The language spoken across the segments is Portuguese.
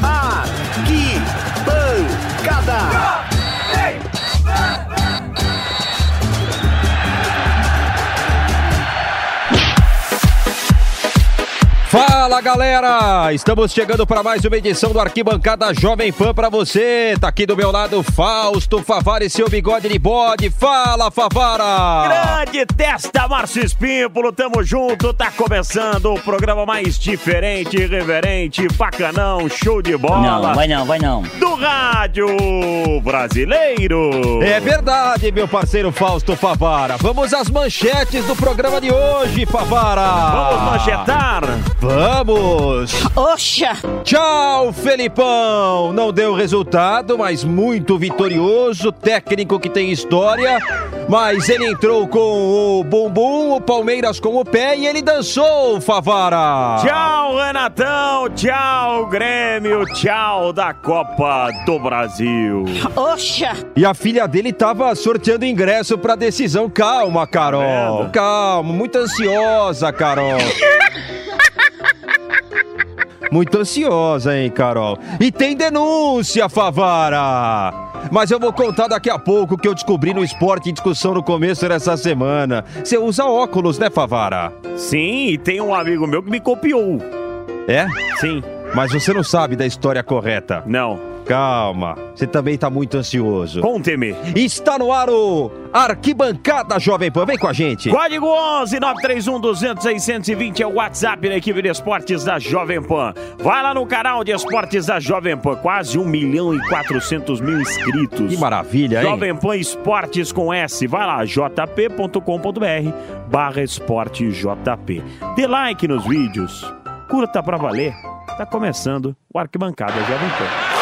Aqui, pancada! Fala galera, estamos chegando para mais uma edição do Arquibancada Jovem Pan para você. Tá aqui do meu lado Fausto Favara e seu bigode de bode. Fala Favara! Grande testa, Márcio Espímpolo, tamo junto, tá começando o programa mais diferente, irreverente, bacanão, show de bola Não, vai não, vai não. do rádio brasileiro. É verdade, meu parceiro Fausto Favara. Vamos às manchetes do programa de hoje, Favara. Vamos manchetar? Vamos! Oxa! Tchau, Felipão! Não deu resultado, mas muito vitorioso, técnico que tem história. Mas ele entrou com o bumbum, o Palmeiras com o pé e ele dançou, Favara! Tchau, Renatão, tchau, Grêmio, tchau da Copa do Brasil. Oxa! E a filha dele tava sorteando ingresso pra decisão. Calma, Carol! Vendo? Calma, muito ansiosa, Carol! Muito ansiosa, hein, Carol? E tem denúncia, Favara! Mas eu vou contar daqui a pouco o que eu descobri no esporte em discussão no começo dessa semana. Você usa óculos, né, Favara? Sim, e tem um amigo meu que me copiou. É? Sim, Mas você não sabe da história correta. não, Calma, você também tá muito ansioso. conte-me. Está no ar o Arquibancada Jovem Pan. Vem com a gente. Código 11 931 200 620 é o WhatsApp da equipe de esportes da Jovem Pan. Vai lá no canal de esportes da Jovem Pan, quase 1 milhão e 400 mil inscritos. Que maravilha, hein? Jovem Pan Esportes com S. Vai lá, jp.com.br barra esporte JP. Dê like nos vídeos, curta pra valer. Tá começando o Arquibancada Jovem Pan.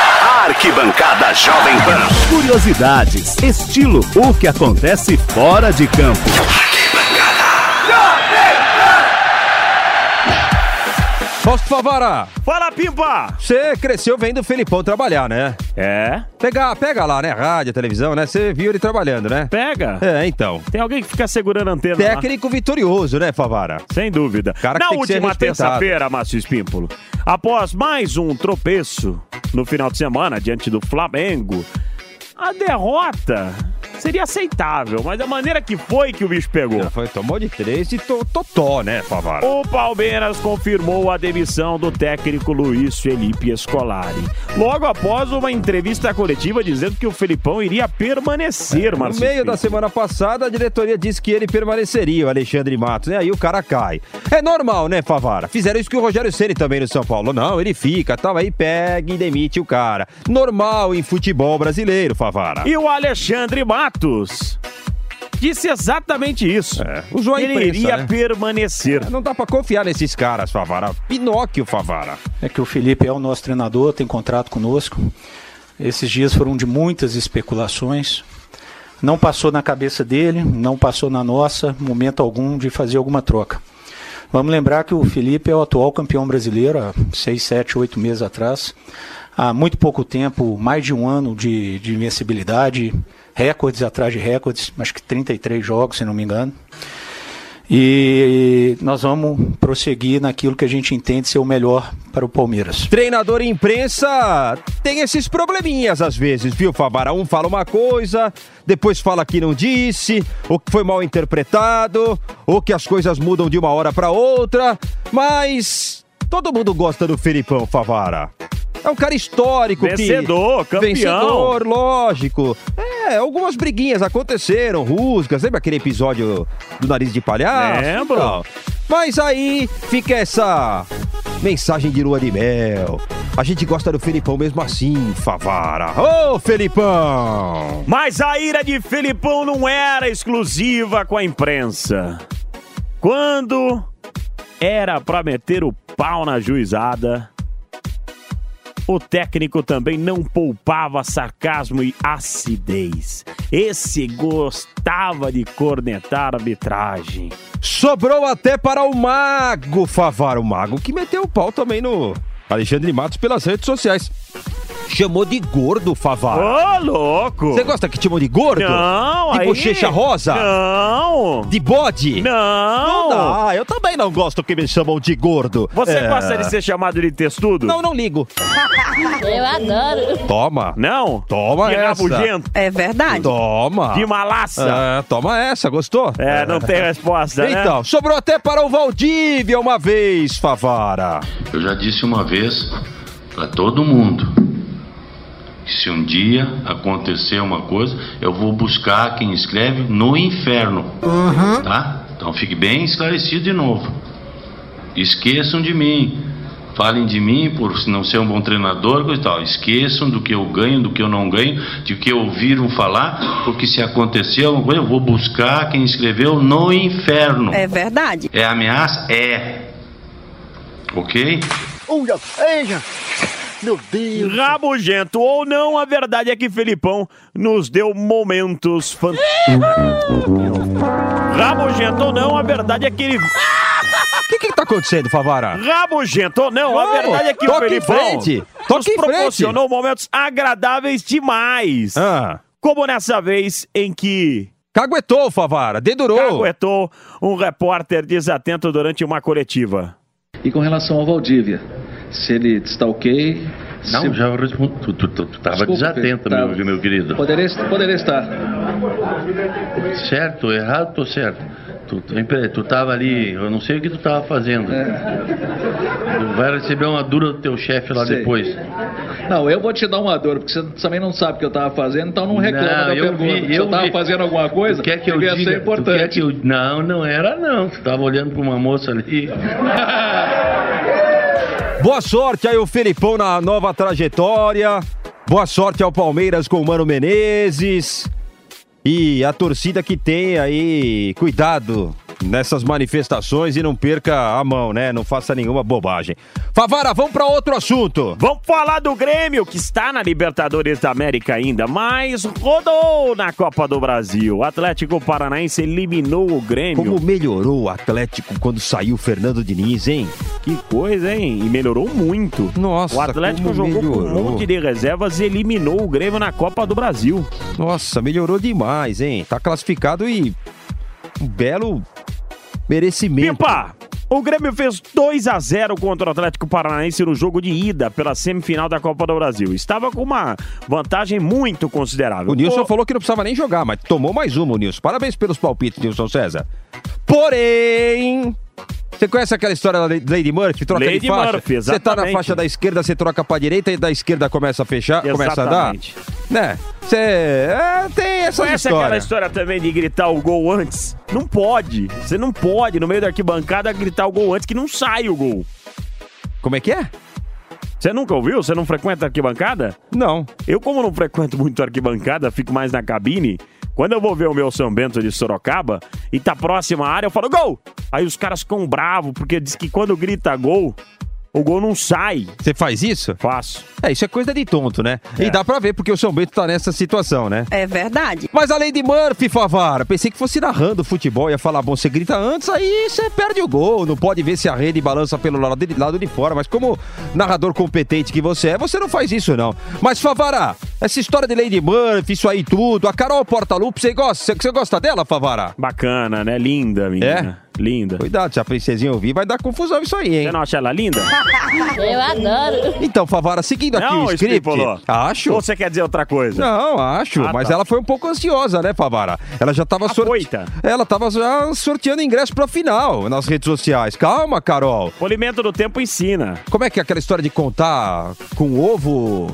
Arquibancada Jovem Pan. Curiosidades, estilo, o que acontece fora de campo. Fausto Favara, Fala, Pimpa! você cresceu vendo o Felipão trabalhar, né? É? Pega, pega lá, né? Rádio, televisão, né? Você viu ele trabalhando, né? Pega! É, então. Tem alguém que fica segurando a antena lá. Técnico vitorioso, né, Favara? Sem dúvida. Cara que Na tem que ser última respeitado. terça-feira, Márcio Espímpolo, após mais um tropeço no final de semana diante do Flamengo, a derrota seria aceitável, mas da maneira que foi que o bicho pegou. Foi, tomou de três e to- totó, né, Favara? O Palmeiras confirmou a demissão do técnico Luiz Felipe Scolari. Logo após uma entrevista coletiva dizendo que o Felipão iria permanecer, É, No Márcio. meio da Espímpolo. semana passada, a diretoria disse que ele permaneceria, o Alexandre Matos, né? Aí o cara cai. É normal, né, Favara? Fizeram isso que o Rogério Ceni também no São Paulo. Não, ele fica, tal, aí pega e demite o cara. Normal em futebol brasileiro, Favara. E o Alexandre Matos disse exatamente isso. usou a Ele imprensa, iria É. né? permanecer. Não dá pra confiar nesses caras, Favara. Pinóquio, Favara. É que o Felipe é o nosso treinador, tem contrato conosco. Esses dias foram de muitas especulações. Não passou na cabeça dele, não passou na nossa, momento algum, de fazer alguma troca. Vamos lembrar que o Felipe é o atual campeão brasileiro, há seis, sete, oito meses atrás. Há muito pouco tempo, mais de um ano de, de invencibilidade, recordes atrás de recordes, acho que 33 jogos, se não me engano. E nós vamos prosseguir naquilo que a gente entende ser o melhor para o Palmeiras. Treinador e imprensa tem esses probleminhas às vezes, viu, Favara? Um fala uma coisa, depois fala que não disse, ou que foi mal interpretado, ou que as coisas mudam de uma hora pra outra, mas todo mundo gosta do Felipão, Favara. É um cara histórico que- Vencedor, campeão. Vencedor, lógico. É, algumas briguinhas aconteceram, rusgas. Lembra aquele episódio do nariz de palhaço? Lembro. Então, mas aí fica essa mensagem de lua de mel. A gente gosta do Felipão mesmo assim, Favara. Ô, Felipão! Mas a ira de Felipão não era exclusiva com a imprensa. Quando Era pra meter o pau na juizada. O técnico também não poupava sarcasmo e acidez. Esse gostava de cornetar a arbitragem. Sobrou até para o Mago Favaro, o Mago que meteu o pau também no Alexandre Matos pelas redes sociais. Chamou de gordo, Favaro. Ô, louco! Você gosta que chamou de gordo? Não, De aí... bochecha rosa? Não! De bode? Não! Ah, eu também não gosto que me chamam de gordo. Você É. gosta de ser chamado de testudo? Não, não ligo. Eu adoro. Ah, Toma. Não? Toma de essa. rabugento? É verdade. Toma. De malaça? É, toma essa, gostou? É, não tem resposta, né? Então, sobrou até para o Valdívia uma vez, Favara. Eu já disse uma vez para todo mundo que se um dia acontecer uma coisa, eu vou buscar quem escreve no inferno. Tá? Então fique bem esclarecido de novo. Esqueçam de mim. Falem de mim por não ser um bom treinador coisa e tal. Esqueçam do que eu ganho, do que eu não ganho, de que ouviram falar, porque se acontecer alguma coisa, eu vou buscar quem escreveu no inferno. É verdade. É ameaça? É. Ok? Rabugento ou não, a verdade é que Felipão nos deu momentos fantásticos. Rabugento ou não, a verdade é que ele. O que que tá acontecendo, Favara? Rabugento ou não, a Vamos, verdade é que o toca em Felipão frente, toca nos em frente. proporcionou momentos agradáveis demais. Ah, Como nessa vez em que caguetou, Favara, dedurou. caguetou um repórter desatento durante uma coletiva. E com relação ao Valdívia, se ele está ok. Não, se... já respondo. Tu, tu, tu, tu tava Desculpa, desatento, tá- meu, meu querido. Poderia, est- poderia estar. Certo, ou errado, tô certo. Tu, tu, peraí, tu tava ali, eu não sei o que tu tava fazendo. É. Tu vai receber uma dura do teu chefe lá Sei. depois. Não, eu vou te dar uma dor, porque você também não sabe o que eu estava fazendo, então não reclama Não, da eu pergunta. vi, Se eu eu estava vi. fazendo alguma coisa, tu quer que eu devia diga, ser tu quer importante. que eu... Não, não era não. Tu tava olhando pra uma moça ali. Boa sorte aí o Felipão na nova trajetória. Boa sorte ao Palmeiras com o Mano Menezes. E a torcida que tem aí, cuidado nessas manifestações e não perca a mão, né? Não faça nenhuma bobagem. Favara, vamos para outro assunto. Vamos falar do Grêmio, que está na Libertadores da América ainda, mas rodou na Copa do Brasil. O Atlético Paranaense eliminou o Grêmio. Como melhorou o Atlético quando saiu o Fernando Diniz, hein? Que coisa, hein? E melhorou muito. Nossa, o Atlético como jogou com um melhorou. monte de reservas e eliminou o Grêmio na Copa do Brasil. Nossa, melhorou demais, hein? Tá classificado e um belo merecimento. Pimpa! O Grêmio fez 2 a 0 contra o Atlético Paranaense no jogo de ida pela semifinal da Copa do Brasil. Estava com uma vantagem muito considerável. O Nilson O- falou que não precisava nem jogar, mas tomou mais uma, o Nilson. Parabéns pelos palpites, Nilson César. Porém. Você conhece aquela história da Lady Murphy? Troca de Lady faixa. Murphy, você tá na exatamente. faixa da esquerda, você troca pra direita e da esquerda começa a fechar, Tá, começa a dar. Exatamente. Né? Você. É, tem essa Conhece história. aquela história também de gritar o gol antes? Não pode. Você não pode, no meio da arquibancada, gritar o gol antes que não sai o gol. Como é que é? Você nunca ouviu? Você não frequenta a arquibancada? Não. Eu, como não frequento muito a arquibancada, fico mais na cabine. Quando eu vou ver o meu São Bento de Sorocaba e tá próxima à área, eu falo gol! Aí os caras ficam bravos, porque diz que quando grita gol, o gol não sai. Você faz isso? Faço. É, isso é coisa de tonto, né? E dá pra ver porque o São Bento tá nessa situação, né? É verdade. Mas a Lady Murphy, Favara, pensei que fosse narrando futebol, ia falar, bom, você grita antes, aí você perde o gol, não pode ver se a rede balança pelo lado de, lado de fora, mas como narrador competente que você é, você não faz isso não. Mas Favara, essa história de Lady Murphy, isso aí tudo, a Carol Portalupe, você gosta, você, você gosta dela, Favara? Bacana, né? Linda, menina. É? Linda. Cuidado, se a princesinha ouvir, vai dar confusão isso aí, Você hein? não acha ela linda? Eu adoro. Então, Favara, seguindo aqui não, o script, Espípolo. acho... Ou você quer dizer outra coisa? Não, acho, Ah, mas tá. ela foi um pouco ansiosa, né, Favara? Ela já tava Afoita. Ela tava já sorteando ingresso pra final nas redes sociais. Calma, Carol. Polimento do tempo ensina. Como é que é aquela história de contar com ovo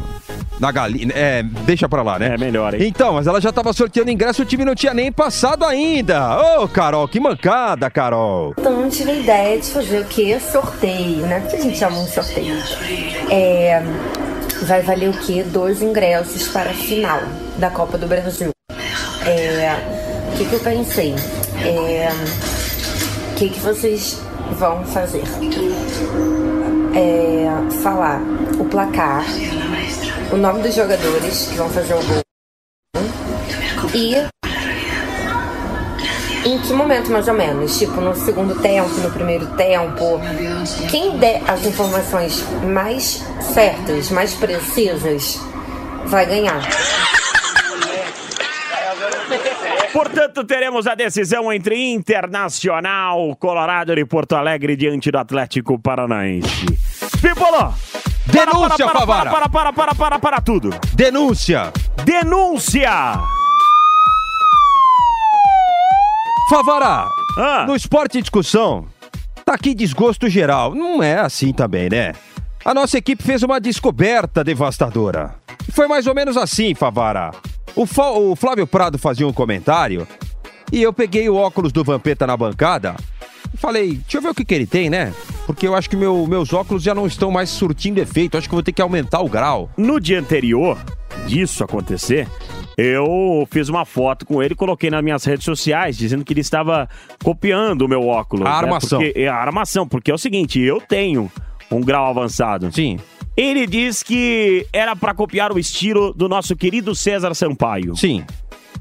na galinha? É, deixa pra lá, né? É, melhor, hein? Então, mas ela já tava sorteando ingresso, o time não tinha nem passado ainda. Ô, Carol, que mancada, Carol. Então não tive ideia de fazer o que? Sorteio, né? Que a gente chama um sorteio. É, vai valer o quê? Dois ingressos para a final da Copa do Brasil. É, o que, que eu pensei? É, o que, que vocês vão fazer. É, falar o placar, o nome dos jogadores que vão fazer o gol e em que momento mais ou menos? Tipo, no segundo tempo, no primeiro tempo? Quem der as informações mais certas, mais precisas, vai ganhar. Portanto, teremos a decisão entre Internacional, Colorado de Porto Alegre diante do Atlético Paranaense. Pipolo! Denúncia, para, para, Favara! para, para, para, para, para tudo! Denúncia! Denúncia! Favara, no Esporte e Discussão, tá aqui desgosto geral. Não é assim também, né? A nossa equipe fez uma descoberta devastadora. Foi mais ou menos assim, Favara. O, Fa- o Flávio Prado fazia um comentário e eu peguei o óculos do Vampeta na bancada e falei, deixa eu ver o que, que ele tem, né? Porque eu acho que meu- meus óculos já não estão mais surtindo efeito, acho que eu vou ter que aumentar o grau. No dia anterior disso acontecer, eu fiz uma foto com ele, coloquei nas minhas redes sociais, dizendo que ele estava copiando o meu óculos. A armação. Porque, é, a armação, porque é o seguinte, eu tenho um grau avançado. Sim. Ele diz que era para copiar o estilo do nosso querido César Sampaio. Sim.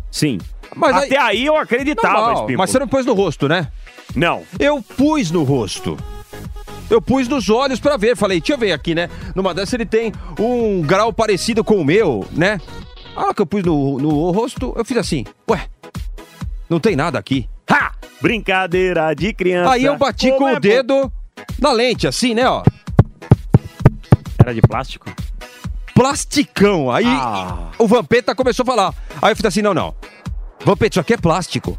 Sim. Mas aí- Até aí, eu acreditava, Normal, Espímpolo. mas você não pôs no rosto, né? Não. Eu pus no rosto. Eu pus nos olhos pra ver. Falei, deixa eu ver aqui, né? Numa dessa ele tem um grau parecido com o meu, né? A hora que eu pus no, no rosto, eu fiz assim, ué, não tem nada aqui. Ha! Brincadeira de criança. Aí eu bati Como com é o bom. dedo na lente, assim, né, ó. Era de plástico? Plasticão. Aí Ah. o Vampeta começou a falar. Aí eu fiz assim, não, não. Vampeta, isso aqui é plástico.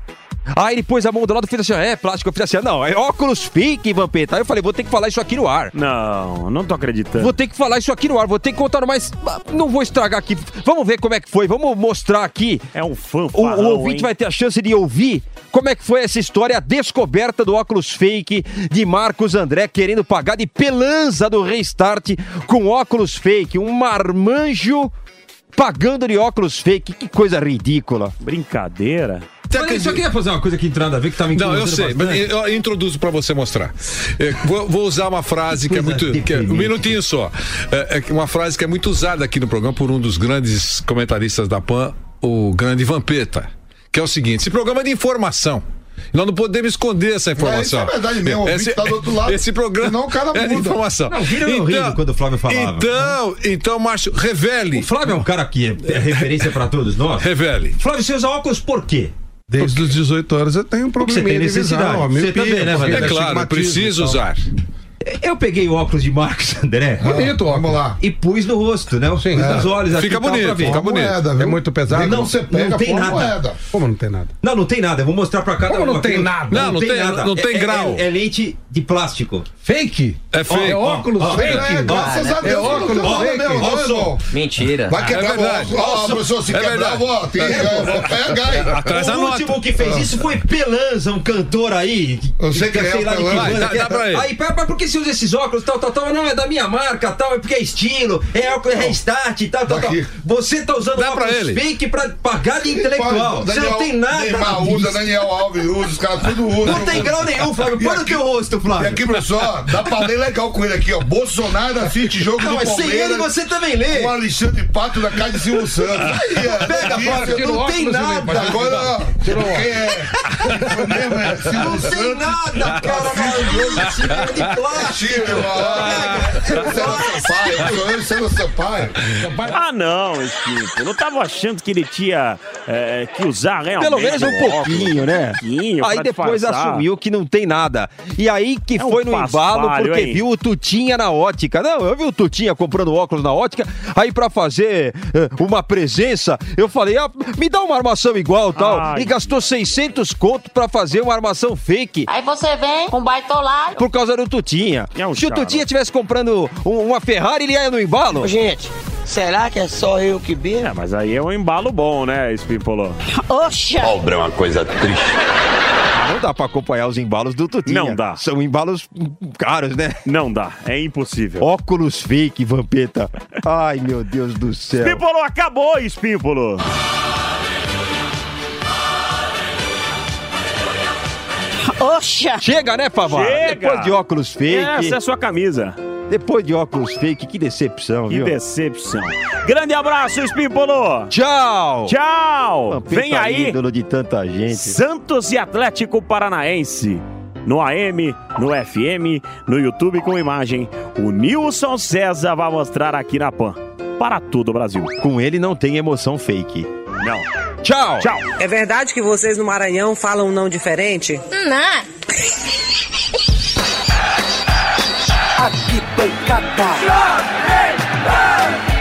Aí ele pôs a mão do lado e fez assim, é plástico. Eu fiz assim, não, é óculos fake, Vampeta. Aí eu falei, vou ter que falar isso aqui no ar. Não, não tô acreditando. Vou ter que falar isso aqui no ar, vou ter que contar mais. Não vou estragar aqui. Vamos ver como é que foi, vamos mostrar aqui. É um fã. O, o ouvinte vai ter a chance de ouvir como é que foi essa história, a descoberta do óculos fake de Marcos André querendo pagar de pelanza do restart com óculos fake. Um marmanjo pagando de óculos fake. Que coisa ridícula. Brincadeira. Mas só queria fazer uma coisa que entrada a ver que tá me Não, eu sei, mas bastante. eu introduzo para você mostrar. É, Vou, vou usar uma frase que é muito. que é- um minutinho só. É, é uma frase que é muito usada aqui no programa por um dos grandes comentaristas da PAN, o grande Vampeta. Que é o seguinte: esse programa é de informação. Nós não podemos esconder essa informação. É, isso é verdade mesmo, o ouvinte Esse, tá do outro lado, esse programa senão o cara é de muda. informação. Não, viram eu rindo quando o Flávio falava. Então, então, Márcio, revele. O Flávio é um cara que é, referência para todos nós. Revele. Flávio, você usa óculos por quê? Desde os 18 anos eu tenho um Porque você tem probleminha de necessidade. visão. ó, Você miopia, também, né, Valério? porque É claro, astigmatismo preciso e tal. usar. Eu peguei o óculos de Marcos André. Bonito, ó. Vamos lá. E pus no rosto, né? Sim, Ah, tá. É. nos olhos. aqui e tal, pra ver. Uma Moeda, viu? É muito pesado. Não, você pega não tem põe uma nada. moeda. Como não tem nada? Não, não tem nada. Eu vou mostrar pra cada Como não um aqui. tem nada? Não, Não, não não tem, tem- nada. não tem É- é- grau. É, leite de plástico. Fake? É fake. É óculos Ó, ó, fake? é, graças a Deus É que não óculos tem nada, fake? meu, Olha o não, som. Mentira. Vai quebrar É verdade. o óculos. Ó, Olha o som. professor, se É quebrar verdade. o óculos, tem- é gai. Atrás o da nota. último que fez isso foi Pelanza, um cantor aí. que- Eu sei que- quem é o de Pelanza. banda Dá- que é. dá pra ele. Aí, pá, pá, por que você usa esses óculos, tal, tal, tal? Não, é da minha marca, tal, é porque é estilo, é óculos é restart, tal, tal, tal. Você tá usando Dá pra óculos ele. fake pra pagar de intelectual. Pode, Você Daniel- não tem nada Neymar disso. usa, Daniel Alves usa, os caras tudo usam. Não tem grau nenhum, Flávio. E Põe no aqui- teu rosto, Flávio. E aqui, professor, dá pra ler legal com ele aqui, ó. Bolsonaro assiste jogo Não, do mas sem Palmeiras. ele você também lê. Com Alexandre Pato da casa de Silvio Santos. Aí, ó, Pega, notícia, Flávio, tira o não tem óculos, nada. Agora, ó, Tira o quem óculos. é? Foi mesmo, é Silvio Não tem Santos. nada, cara. é Tira de plástico. Tira, Sérgio Sampaio. Ah, não, Espírito. Eu tava achando que ele tinha eh, que usar realmente. Pelo menos um o óculos. pouquinho, né? Um pouquinho, aí pra depois disfarçar. assumiu que não tem nada. E aí que É um foi no embalo paspalho, porque hein? viu o Tutinha na ótica. Não, eu vi o Tutinha comprando óculos na ótica. Aí pra fazer eh, uma presença, eu falei, ah, me dá uma armação igual tal. Ai. E gastou 600 conto pra fazer uma armação fake. Aí você vem com um baitolar. Por causa do Tutinha. É um Se o charme. Tutinha estivesse comprando um- uma Ferrari, ele ia no embalo. Gente, será que é só eu que bebo? É, mas aí é um embalo bom, né, Espímpolo? Oxa! Pobre é uma coisa triste. Não dá pra acompanhar os embalos do Tutinha. Não dá. São embalos caros, né? Não dá, é impossível. Óculos fake, Vampeta. Ai, meu Deus do céu. Espímpolo acabou, Espímpolo. Oxa! Chega, né, Favara? Chega! Depois de óculos fake. Essa é a sua camisa. Depois de óculos fake, que decepção, Que viu? decepção. Grande abraço, Espímpolo! Tchau! Tchau! Vampeta é Vem aí, ídolo de tanta né, gente. Santos e Atlético Paranaense. No AM, no FM, no YouTube com imagem. O Nilson César vai mostrar aqui na PAN. Para todo o Brasil. Com ele não tem emoção fake. Não. Tchau! Tchau! É verdade que vocês no Maranhão falam não diferente? Não! Arquibancada. Jovem Pan.